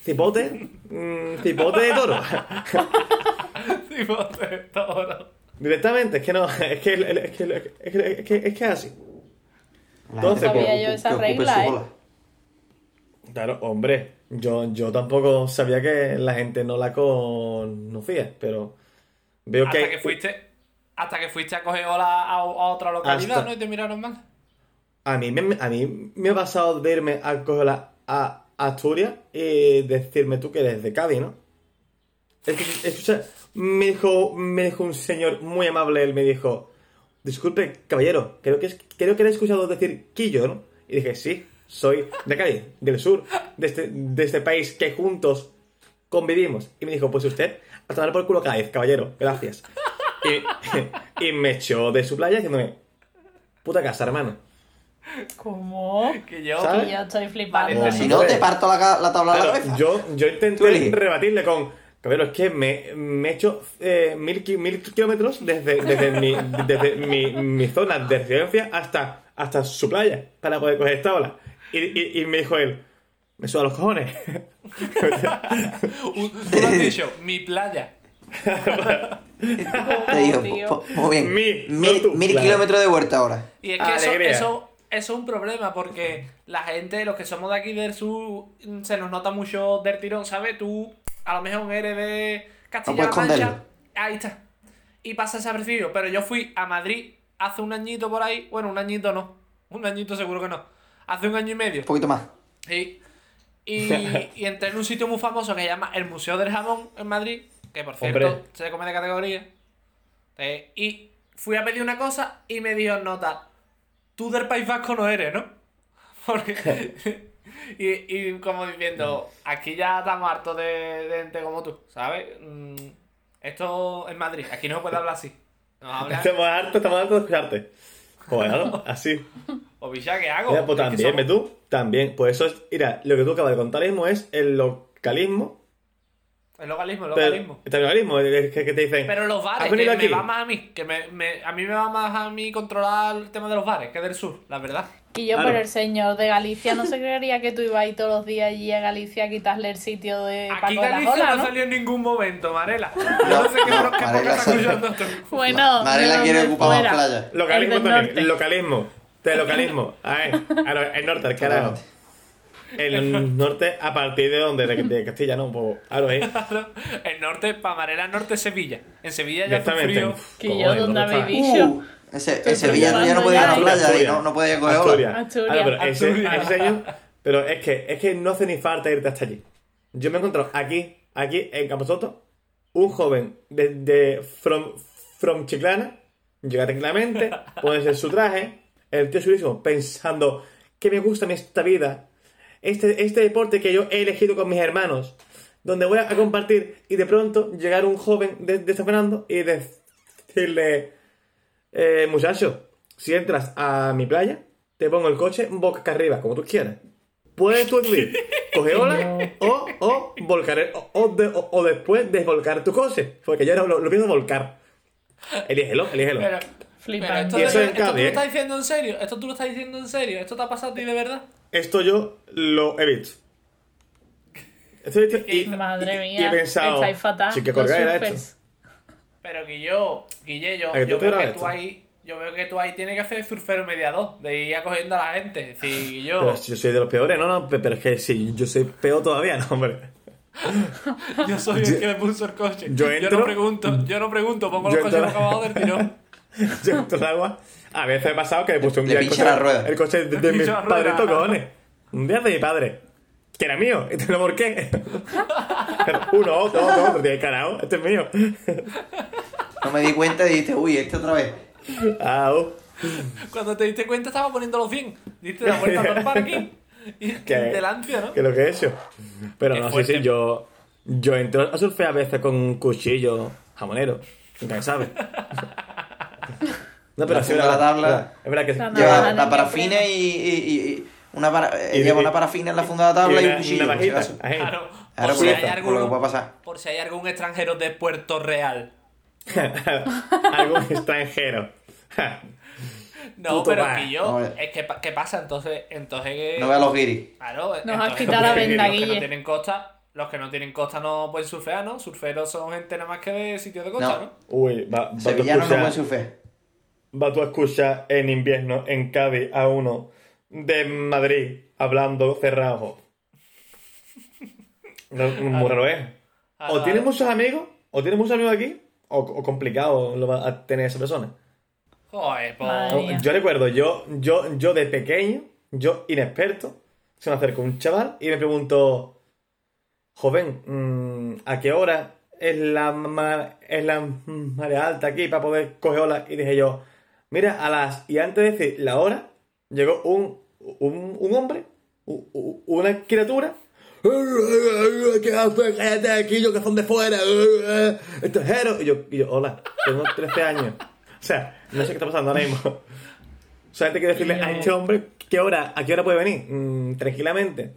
[SPEAKER 2] Cipote, mm, cipote de toro. [laughs]
[SPEAKER 1] Sí, vos, eh, toro.
[SPEAKER 2] Directamente, es que no, es que es que, es que, es que, es que, es que es así.
[SPEAKER 3] La
[SPEAKER 2] Entonces,
[SPEAKER 3] gente que
[SPEAKER 2] Sabía
[SPEAKER 4] yo
[SPEAKER 3] ocu-
[SPEAKER 4] esa
[SPEAKER 3] que ocupe
[SPEAKER 4] regla,
[SPEAKER 3] su
[SPEAKER 4] ¿eh?
[SPEAKER 3] bola.
[SPEAKER 2] Claro, hombre, yo, yo tampoco sabía que la gente no la conocía, pero veo que...
[SPEAKER 1] Hasta que fuiste. Hasta que fuiste a coger ola a, a otra localidad,
[SPEAKER 2] Hasta-
[SPEAKER 1] ¿no? Y te miraron mal.
[SPEAKER 2] A mí, me, a mí me ha pasado de irme a coger a, a Asturias y decirme tú que eres de Cádiz, ¿no? Es que, escucha, me dijo, me dijo un señor muy amable, él me dijo, disculpe, caballero, creo que, es- creo que le he escuchado decir Quillo, ¿no? Y dije, sí, soy de Cádiz, del sur, de este, de este país que juntos convivimos. Y me dijo, pues usted, a tomar por culo Cádiz, caballero, gracias. Y, [laughs] y me echó de su playa diciéndome, puta casa, hermano.
[SPEAKER 4] ¿Cómo?
[SPEAKER 1] Que yo.
[SPEAKER 2] ¿Sabes?
[SPEAKER 4] Y yo estoy
[SPEAKER 1] Vale,
[SPEAKER 4] flipando.
[SPEAKER 3] O
[SPEAKER 1] Vale.
[SPEAKER 3] si no, te parto la, ca- la tabla a la
[SPEAKER 2] Claro,
[SPEAKER 3] cabeza.
[SPEAKER 2] yo, yo intenté
[SPEAKER 3] Ah, Tú elige.
[SPEAKER 2] rebatirle con. Cabrón, es que me, me he hecho eh, mil, ki- mil kilómetros desde, desde, mi, desde mi, mi zona de residencia hasta, hasta su playa para poder coger esta ola. Y, y, y me dijo él, me suda los cojones.
[SPEAKER 1] Un- Tú lo has
[SPEAKER 2] [laughs]
[SPEAKER 1] dicho, mi playa.
[SPEAKER 3] [laughs] Te digo,
[SPEAKER 4] tío.
[SPEAKER 3] po- po- muy bien.
[SPEAKER 2] Mi-
[SPEAKER 3] mil
[SPEAKER 2] no tú,
[SPEAKER 3] mil
[SPEAKER 2] claro.
[SPEAKER 3] kilómetros de vuelta ahora.
[SPEAKER 1] Y es que eso,
[SPEAKER 2] Alegría.
[SPEAKER 1] eso, eso es un problema porque la gente, los que somos de aquí del sur, mm, se nos nota mucho del tirón, ¿sabes? Tú, a lo mejor eres de Castilla-La
[SPEAKER 3] No puedes
[SPEAKER 1] Mancha,
[SPEAKER 3] esconderlo.
[SPEAKER 1] ahí está. Y pasa desapercibido. Pero yo fui a Madrid hace un añito por ahí, bueno, un añito no, un añito seguro que no, hace un año y medio.
[SPEAKER 3] Un poquito más.
[SPEAKER 1] Sí.
[SPEAKER 2] [laughs]
[SPEAKER 1] Y, y entré en un sitio muy famoso que se llama el Museo del Jamón en Madrid, que por cierto
[SPEAKER 2] Hombre.
[SPEAKER 1] se come de categoría. Eh, y fui a pedir una cosa y me dio nota. Tú del País Vasco no eres, ¿no? [laughs] Porque. [laughs] y, y como diciendo,
[SPEAKER 2] Mm.
[SPEAKER 1] aquí ya estamos hartos de, de gente como tú, ¿sabes? Mm, esto en Madrid, aquí no se puede hablar así. Nos
[SPEAKER 2] [laughs]
[SPEAKER 1] hablan.
[SPEAKER 2] estamos hartos, estamos hartos de escucharte. Pues claro, así.
[SPEAKER 1] O bicha, ¿qué hago?
[SPEAKER 2] Mira, pues
[SPEAKER 1] Oh, Es que
[SPEAKER 2] también,
[SPEAKER 1] somos-
[SPEAKER 2] ¿me tú? También. Pues eso es, mira, lo que tú acabas de contar mismo es el localismo.
[SPEAKER 1] El localismo, el
[SPEAKER 2] pero-
[SPEAKER 1] localismo.
[SPEAKER 2] Este localismo, es que, que te dicen.
[SPEAKER 1] Pero los bares,
[SPEAKER 2] ¿Has
[SPEAKER 1] que
[SPEAKER 2] venido
[SPEAKER 1] me
[SPEAKER 2] aquí?
[SPEAKER 1] va más a mí, que me, me- a mí me va más a mí controlar el tema de los bares que del sur, la verdad.
[SPEAKER 4] Y yo,
[SPEAKER 2] Claro.
[SPEAKER 4] pero el señor de Galicia no se creería que tú ibas ahí todos los días allí a Galicia a quitarle el sitio de
[SPEAKER 1] Aquí
[SPEAKER 4] Paco de la
[SPEAKER 1] Galicia
[SPEAKER 4] Jola,
[SPEAKER 1] Eh, no
[SPEAKER 4] ¿no?
[SPEAKER 1] salió en ningún momento, Marela. Yo no sé qué por qué
[SPEAKER 3] Marela
[SPEAKER 1] podcast estás
[SPEAKER 3] salió.
[SPEAKER 1] escuchando tú.
[SPEAKER 4] Bueno,
[SPEAKER 3] Marela
[SPEAKER 4] de
[SPEAKER 3] quiere
[SPEAKER 4] donde
[SPEAKER 3] ocupar más
[SPEAKER 4] fuera.
[SPEAKER 3] playa.
[SPEAKER 2] Localismo
[SPEAKER 4] El del
[SPEAKER 2] también,
[SPEAKER 4] norte.
[SPEAKER 2] localismo. De localismo. A ver, a lo- el norte, al carajo. El norte, a partir de donde, de, de Castilla, ¿no? Un poco. Claro, ahí.
[SPEAKER 1] El norte, para Marela, el norte es Sevilla. En Sevilla ya hace
[SPEAKER 2] Directamente.
[SPEAKER 1] frío.
[SPEAKER 4] Que
[SPEAKER 2] Cojones,
[SPEAKER 4] yo donde
[SPEAKER 2] está?
[SPEAKER 4] habéis Bicho.
[SPEAKER 3] Uh, ese,
[SPEAKER 4] Estoy
[SPEAKER 3] en Sevilla no- ya no
[SPEAKER 4] flipando
[SPEAKER 3] podía ir a la
[SPEAKER 4] ya.
[SPEAKER 3] playa, ahí
[SPEAKER 2] Asturias.
[SPEAKER 3] no, no podía coger
[SPEAKER 2] Asturias.
[SPEAKER 3] ola.
[SPEAKER 4] Asturias.
[SPEAKER 2] Ah, no, pero ese,
[SPEAKER 1] Asturias.
[SPEAKER 2] a ese año- pero es que, es que no hace ni falta irte hasta allí. Yo me he encontrado aquí, aquí en Camposoto, un joven de, de- from, from Chiclana, llega tranquilamente, ponerse su traje, el tío chulísimo, pensando que me gusta mi esta vida, este, este deporte que yo he elegido con mis hermanos, donde voy a compartir y de pronto llegar un joven de, de San Fernando y decirle... Eh, muchacho, si entras a mi playa, te pongo el coche boca arriba, como tú quieras. Puedes tú decidir,
[SPEAKER 4] [laughs]
[SPEAKER 2] coger ola o, o volcar, el- o, o de- o- o después desvolcar tu coche. Porque yo ahora lo, lo pienso volcar. Elígelo, elígelo.
[SPEAKER 1] Pero, pero
[SPEAKER 4] Flipando.
[SPEAKER 1] esto,
[SPEAKER 2] Y eso
[SPEAKER 1] te-
[SPEAKER 2] en
[SPEAKER 1] esto tú
[SPEAKER 2] Cádiz,
[SPEAKER 1] lo
[SPEAKER 2] ¿eh?
[SPEAKER 1] estás diciendo en serio. Esto tú lo estás diciendo en serio. Esto te ha pasado a ti de verdad.
[SPEAKER 2] Esto yo lo he visto. Esto
[SPEAKER 4] [laughs]
[SPEAKER 2] he visto y,
[SPEAKER 4] Madre
[SPEAKER 2] y- y
[SPEAKER 4] mía.
[SPEAKER 2] he pensado,
[SPEAKER 4] estáis fatal.
[SPEAKER 2] sí que
[SPEAKER 4] los
[SPEAKER 2] colgar era
[SPEAKER 4] surfers.
[SPEAKER 2] esto.
[SPEAKER 1] Pero que yo, Guille, yo,
[SPEAKER 2] ¿A que tú
[SPEAKER 1] yo
[SPEAKER 2] te
[SPEAKER 1] veo que
[SPEAKER 2] grabas
[SPEAKER 1] tú
[SPEAKER 2] esto?
[SPEAKER 1] ahí, yo veo que tú ahí tienes que hacer surfero mediador, de ir acogiendo a la gente. Si yo,
[SPEAKER 2] Pero si yo soy de los peores, no, no, pe- pero es que sí, yo soy peor todavía, [laughs] no, hombre.
[SPEAKER 1] yo soy el que le puso el coche.
[SPEAKER 2] yo entro-
[SPEAKER 1] no pregunto, yo no pregunto, pongo
[SPEAKER 2] yo
[SPEAKER 1] los coches
[SPEAKER 2] entro-
[SPEAKER 1] acabados del
[SPEAKER 3] [laughs]
[SPEAKER 1] tirón.
[SPEAKER 2] Yo entro al agua. A veces he pasado que le puse un
[SPEAKER 3] Le
[SPEAKER 2] día el
[SPEAKER 3] pincha
[SPEAKER 2] coche,
[SPEAKER 3] la rueda.
[SPEAKER 2] el coche de, de mi
[SPEAKER 1] pincha la rueda.
[SPEAKER 2] padre, tocones. Un día de mi padre, que era mío, Este, y te lo morqué. Pero Uno, otro, otro, otro, tío, carajo, este es mío.
[SPEAKER 3] No me di cuenta y dijiste, uy, este otra vez.
[SPEAKER 2] Au.
[SPEAKER 1] Cuando te diste cuenta estaba poniendo los 100. Diste la vuelta al
[SPEAKER 3] [laughs]
[SPEAKER 1] parking y
[SPEAKER 2] Que-
[SPEAKER 1] te lancia, ¿no?
[SPEAKER 2] que lo que he hecho. Pero
[SPEAKER 1] Qué
[SPEAKER 2] no, sí,
[SPEAKER 1] fuerte.
[SPEAKER 2] sí, yo, yo entro a surfear a veces con un cuchillo jamonero. Nunca se
[SPEAKER 3] [laughs]
[SPEAKER 2] sabe. No, pero
[SPEAKER 3] La
[SPEAKER 2] sí, es
[SPEAKER 3] punta de la
[SPEAKER 2] verdad,
[SPEAKER 3] tabla.
[SPEAKER 2] Es verdad que
[SPEAKER 4] La navaja.
[SPEAKER 3] Lleva
[SPEAKER 4] no,
[SPEAKER 3] la
[SPEAKER 4] no,
[SPEAKER 3] parafina
[SPEAKER 4] no.
[SPEAKER 3] y, y- y- una para- eh,
[SPEAKER 2] Y-
[SPEAKER 3] lleva
[SPEAKER 2] y-
[SPEAKER 3] una parafina en la funda de la tabla y, un cuchillo. por si
[SPEAKER 2] navajita,
[SPEAKER 3] acaso.
[SPEAKER 2] ahí.
[SPEAKER 1] Claro.
[SPEAKER 3] Claro,
[SPEAKER 1] por,
[SPEAKER 3] por
[SPEAKER 1] si
[SPEAKER 3] esto,
[SPEAKER 1] hay
[SPEAKER 3] por lo que
[SPEAKER 1] algún,
[SPEAKER 3] pueda pasar.
[SPEAKER 1] por si hay algún extranjero de Puerto Real.
[SPEAKER 2] Algún extranjero. Ja.
[SPEAKER 1] No,
[SPEAKER 2] Puto
[SPEAKER 1] pero
[SPEAKER 2] va.
[SPEAKER 1] que yo,
[SPEAKER 3] No, eh.
[SPEAKER 1] es que pa- ¿qué pasa? Entonces, entonces que-
[SPEAKER 3] No vea los guiris.
[SPEAKER 1] Claro,
[SPEAKER 4] Nos
[SPEAKER 1] entonces
[SPEAKER 4] has quitado la
[SPEAKER 1] los que-
[SPEAKER 4] venda,
[SPEAKER 1] Los que no
[SPEAKER 4] Guille.
[SPEAKER 1] tienen costa, los que no tienen costa no pueden surfear, ¿no? Surferos son gente nada más que de sitio de costa,
[SPEAKER 3] No.
[SPEAKER 1] ¿no?
[SPEAKER 2] Uy, va, va tu
[SPEAKER 3] Sevillano no puede
[SPEAKER 2] excusa,
[SPEAKER 3] surfear.
[SPEAKER 2] va tu excusa en invierno en Cádiz a uno de Madrid hablando cerrado.
[SPEAKER 4] [laughs]
[SPEAKER 2] No, muy raro es.
[SPEAKER 1] Ah,
[SPEAKER 2] O
[SPEAKER 1] ah,
[SPEAKER 2] tienes muchos amigos, o tienes muchos amigos aquí, o, o complicado lo va a tener esa persona.
[SPEAKER 1] Joder, pues,
[SPEAKER 4] Madre. mía.
[SPEAKER 2] Yo recuerdo, yo, yo, yo de pequeño, yo inexperto, se me acercó un chaval y me preguntó, joven, mm, ¿a qué hora es la, ma- es la mm, marea alta aquí para poder coger olas? Y dije yo, mira, a las... Y antes de decir la hora, llegó un, un, un hombre, u- u- una criatura. [laughs] ¿Qué haces? Cállate aquí, yo que son de fuera. [laughs] Extranjero. Y yo, y yo, hola, tengo 13 años. O sea, no sé qué está pasando ahora mismo. Solamente quiero decirle
[SPEAKER 1] Eh,
[SPEAKER 2] a este hombre qué hora, a qué hora puede venir, Mm, tranquilamente.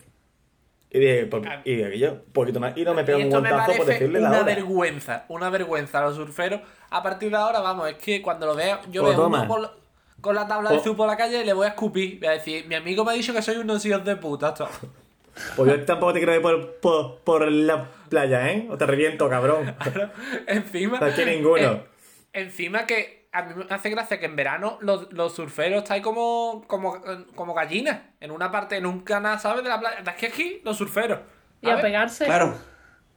[SPEAKER 2] Y dije, pues, y dije yo, un poquito más. Y no me pega
[SPEAKER 1] y
[SPEAKER 2] un
[SPEAKER 1] Ah. esto me
[SPEAKER 2] guantazo por
[SPEAKER 1] parece
[SPEAKER 2] decirle la
[SPEAKER 1] una
[SPEAKER 2] hora.
[SPEAKER 1] vergüenza, una vergüenza a los surferos. A partir de ahora, vamos, es que cuando lo veo, yo
[SPEAKER 2] O
[SPEAKER 1] veo
[SPEAKER 2] Pues toma.
[SPEAKER 1] uno
[SPEAKER 2] Pues-
[SPEAKER 1] por la- con la tabla de
[SPEAKER 2] O-
[SPEAKER 1] surf por la calle y le voy a escupir. Voy a decir, mi amigo me ha dicho que soy unos hijos de puta. esto. [laughs]
[SPEAKER 2] Pues yo tampoco te quiero ir por, por, por la playa, ¿eh? O te reviento, cabrón.
[SPEAKER 1] Encima.
[SPEAKER 2] No aquí ninguno.
[SPEAKER 1] en- encima que a mí me hace gracia que en verano los, los surferos estáis como, como, como gallinas. En una parte, en un canal, ¿sabes? De la playa. Es que aquí los surferos.
[SPEAKER 4] Y a
[SPEAKER 1] ¿sabes?
[SPEAKER 4] pegarse.
[SPEAKER 3] Claro.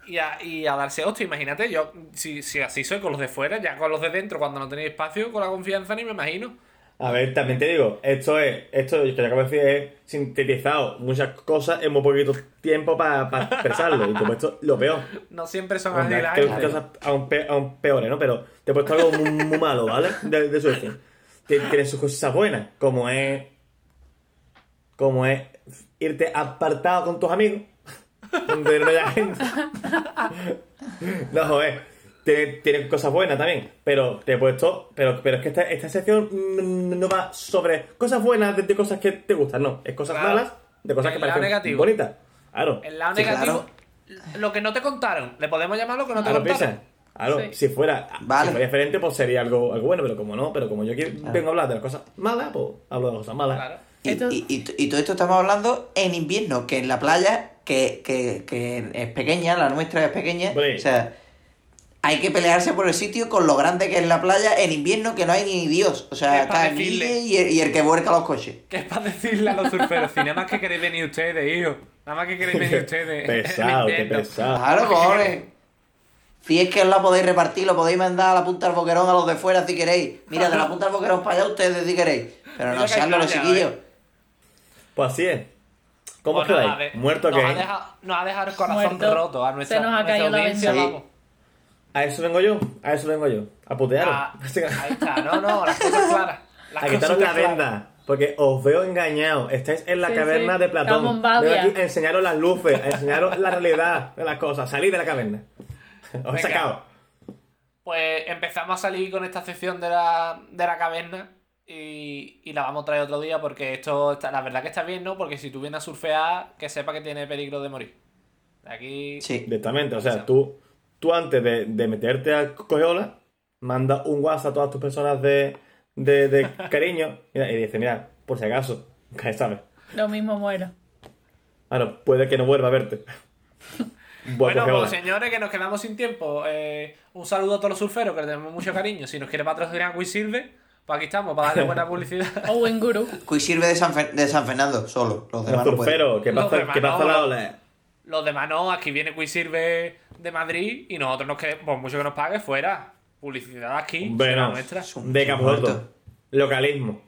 [SPEAKER 1] Y a, y a darse hostia, imagínate, yo, si, si así soy con los de fuera, ya con los de dentro, cuando no tenéis espacio, con la confianza ni me imagino.
[SPEAKER 2] A ver, también te digo, esto es, esto que yo acabo de decir es sintetizado muchas cosas en muy poquito tiempo para expresarlo. Y como esto, lo peor.
[SPEAKER 1] No siempre son así
[SPEAKER 2] Onda,
[SPEAKER 1] las
[SPEAKER 2] Pues que-
[SPEAKER 1] gente.
[SPEAKER 2] cosas aún, pe- aún peores, ¿no? Pero te he puesto algo muy, muy malo, ¿vale? De, de Suecia. Te- Tiene sus cosas buenas, como es. Como es irte apartado con tus amigos. Donde no haya gente. No, joder. Tiene, tiene cosas buenas también. Pero te he puesto. Pero, pero es que esta, esta sección mm, no va sobre cosas buenas de, de cosas que te gustan, no. Es cosas
[SPEAKER 1] Claro.
[SPEAKER 2] malas, de cosas
[SPEAKER 1] El
[SPEAKER 2] que
[SPEAKER 1] lado
[SPEAKER 2] parecen
[SPEAKER 1] negativo.
[SPEAKER 2] bonitas. Claro.
[SPEAKER 1] El lado
[SPEAKER 3] Sí,
[SPEAKER 1] negativo, lo que no te contaron, le podemos llamar lo que no te
[SPEAKER 2] Ahora
[SPEAKER 1] contaron.
[SPEAKER 2] piensa. Claro,
[SPEAKER 4] Sí.
[SPEAKER 2] si, fuera,
[SPEAKER 3] Vale.
[SPEAKER 2] si fuera diferente, pues sería algo, algo bueno, pero como no, pero como yo aquí vengo a hablar de las cosas malas, pues hablo de las cosas malas.
[SPEAKER 1] Claro.
[SPEAKER 3] Y,
[SPEAKER 4] Esto-
[SPEAKER 3] y- y- y todo esto estamos hablando en invierno, que en la playa, que, que- que es pequeña, la nuestra es pequeña.
[SPEAKER 2] Hombre.
[SPEAKER 3] O sea, hay que pelearse por el sitio con lo grande que es la playa en invierno, que no hay ni Dios. O sea,
[SPEAKER 1] Es para
[SPEAKER 3] está el
[SPEAKER 1] decirle.
[SPEAKER 3] Guille y el, y el que vuelca los coches.
[SPEAKER 1] Que es para decirle a los surferos, si nada más que queréis venir ustedes, hijo. Nada más que queréis
[SPEAKER 2] [laughs]
[SPEAKER 1] venir ustedes.
[SPEAKER 2] [laughs] Pesado, qué
[SPEAKER 1] Entiendo.
[SPEAKER 2] pesado.
[SPEAKER 3] Claro, cojones. Si es que os la podéis repartir, lo podéis mandar a la punta del boquerón a los de fuera si queréis. Mira, de la punta del boquerón para allá ustedes si queréis. Pero
[SPEAKER 1] Mira
[SPEAKER 3] no
[SPEAKER 1] que
[SPEAKER 3] sean los
[SPEAKER 1] calla,
[SPEAKER 3] chiquillos.
[SPEAKER 2] Pues así es. ¿Cómo os
[SPEAKER 1] Pues nada,
[SPEAKER 2] quedáis?
[SPEAKER 1] de-
[SPEAKER 2] Muerto
[SPEAKER 1] nos
[SPEAKER 2] que
[SPEAKER 1] ha, dejado, nos ha dejado el corazón
[SPEAKER 4] Muerto.
[SPEAKER 1] roto a nuestra,
[SPEAKER 4] Se nos ha
[SPEAKER 1] nuestra
[SPEAKER 4] caído la
[SPEAKER 1] audiencia,
[SPEAKER 3] venda.
[SPEAKER 1] vamos.
[SPEAKER 2] A eso vengo yo, a eso vengo yo. A putearos. [laughs]
[SPEAKER 1] Ah, ahí está, no, no, las cosas claras. Las
[SPEAKER 2] a quitaros la
[SPEAKER 1] cosas claras.
[SPEAKER 2] venda. Porque os veo engañados. Estáis en la
[SPEAKER 4] Sí,
[SPEAKER 2] caverna
[SPEAKER 4] sí.
[SPEAKER 2] de Platón.
[SPEAKER 4] Estamos babia.
[SPEAKER 2] Vengo aquí a enseñaros las luces, a enseñaros la realidad de las cosas. Salid de la caverna. [laughs] Os he
[SPEAKER 1] Venga.
[SPEAKER 2] sacado.
[SPEAKER 1] Pues empezamos a salir con esta sección de la, de la caverna y, y la vamos a traer otro día porque esto, está, la verdad que está bien, ¿no? Porque si tú vienes a surfear, que sepa que tiene peligro de morir. De Aquí...
[SPEAKER 3] Sí.
[SPEAKER 2] Directamente, o sea, tú, tú antes de, de meterte a Coyola, manda un WhatsApp a todas tus personas de,
[SPEAKER 1] [laughs]
[SPEAKER 2] de, de cariño mira, y dice, mira, por si acaso, que sabes.
[SPEAKER 4] Lo mismo muero.
[SPEAKER 2] Ahora, puede que no vuelva
[SPEAKER 1] [laughs]
[SPEAKER 2] a verte. Voy a
[SPEAKER 1] Bueno,
[SPEAKER 2] Coyola.
[SPEAKER 1] pues señores, que nos quedamos sin tiempo. Eh, un saludo a todos los surferos, que le tenemos mucho cariño. Si nos quiere patrocinar sirve pues aquí estamos, para darle buena publicidad.
[SPEAKER 4] [laughs] O buen gurú.
[SPEAKER 3] Cui sirve de San, Fer- de San Fernando solo. Los demás no pueden.
[SPEAKER 2] Surfero, ¿qué
[SPEAKER 1] Los
[SPEAKER 2] pasa,
[SPEAKER 1] demás
[SPEAKER 2] ¿qué pasa
[SPEAKER 1] no.
[SPEAKER 2] la ola?
[SPEAKER 1] Los demás no, aquí viene Quisilve de Madrid y nosotros nos queremos, por mucho que nos pague, fuera. Publicidad aquí, será
[SPEAKER 2] Bueno,
[SPEAKER 1] nuestra.
[SPEAKER 2] de Capodoto.
[SPEAKER 3] muerto.
[SPEAKER 2] Localismo.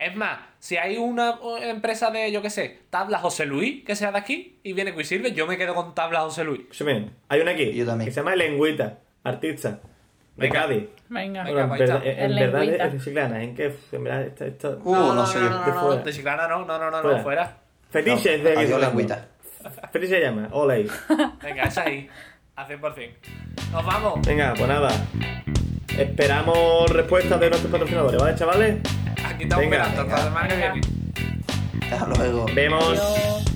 [SPEAKER 1] Es más, si hay una eh, empresa de, yo qué sé, Tabla José Luis, que sea de aquí, y viene Quisilve, yo me quedo con Tabla José Luis.
[SPEAKER 2] Escúchame, hay una aquí.
[SPEAKER 3] Yo también.
[SPEAKER 2] Que se llama Lengüita, artista. De
[SPEAKER 1] Venga.
[SPEAKER 2] Cádiz.
[SPEAKER 4] Venga.
[SPEAKER 1] Venga,
[SPEAKER 2] Bueno,
[SPEAKER 1] ahí
[SPEAKER 2] en
[SPEAKER 1] está.
[SPEAKER 2] verdad- en- en
[SPEAKER 4] El
[SPEAKER 2] verdad
[SPEAKER 4] Lengüita.
[SPEAKER 2] es chiclana, en que uf, en verdad está, está-
[SPEAKER 3] Uh, no, sé yo.
[SPEAKER 1] no,
[SPEAKER 2] de
[SPEAKER 1] no,
[SPEAKER 2] fuera.
[SPEAKER 1] de Chiclana no, no, no, no,
[SPEAKER 2] Fuera.
[SPEAKER 1] no, fuera.
[SPEAKER 2] Fetiches
[SPEAKER 3] No,
[SPEAKER 2] de
[SPEAKER 3] adiós,
[SPEAKER 2] Guisolano.
[SPEAKER 3] lengüita.
[SPEAKER 2] Fetiche llama, ole.
[SPEAKER 1] Venga, es ahí, a 100%. Nos vamos.
[SPEAKER 2] Venga, pues nada. Esperamos respuestas de nuestros patrocinadores, ¿vale, chavales?
[SPEAKER 1] Aquí estamos
[SPEAKER 2] Venga.
[SPEAKER 1] mirando, hasta la semana que
[SPEAKER 4] Venga.
[SPEAKER 1] viene.
[SPEAKER 3] Hasta luego.
[SPEAKER 2] Vemos.
[SPEAKER 4] Adiós.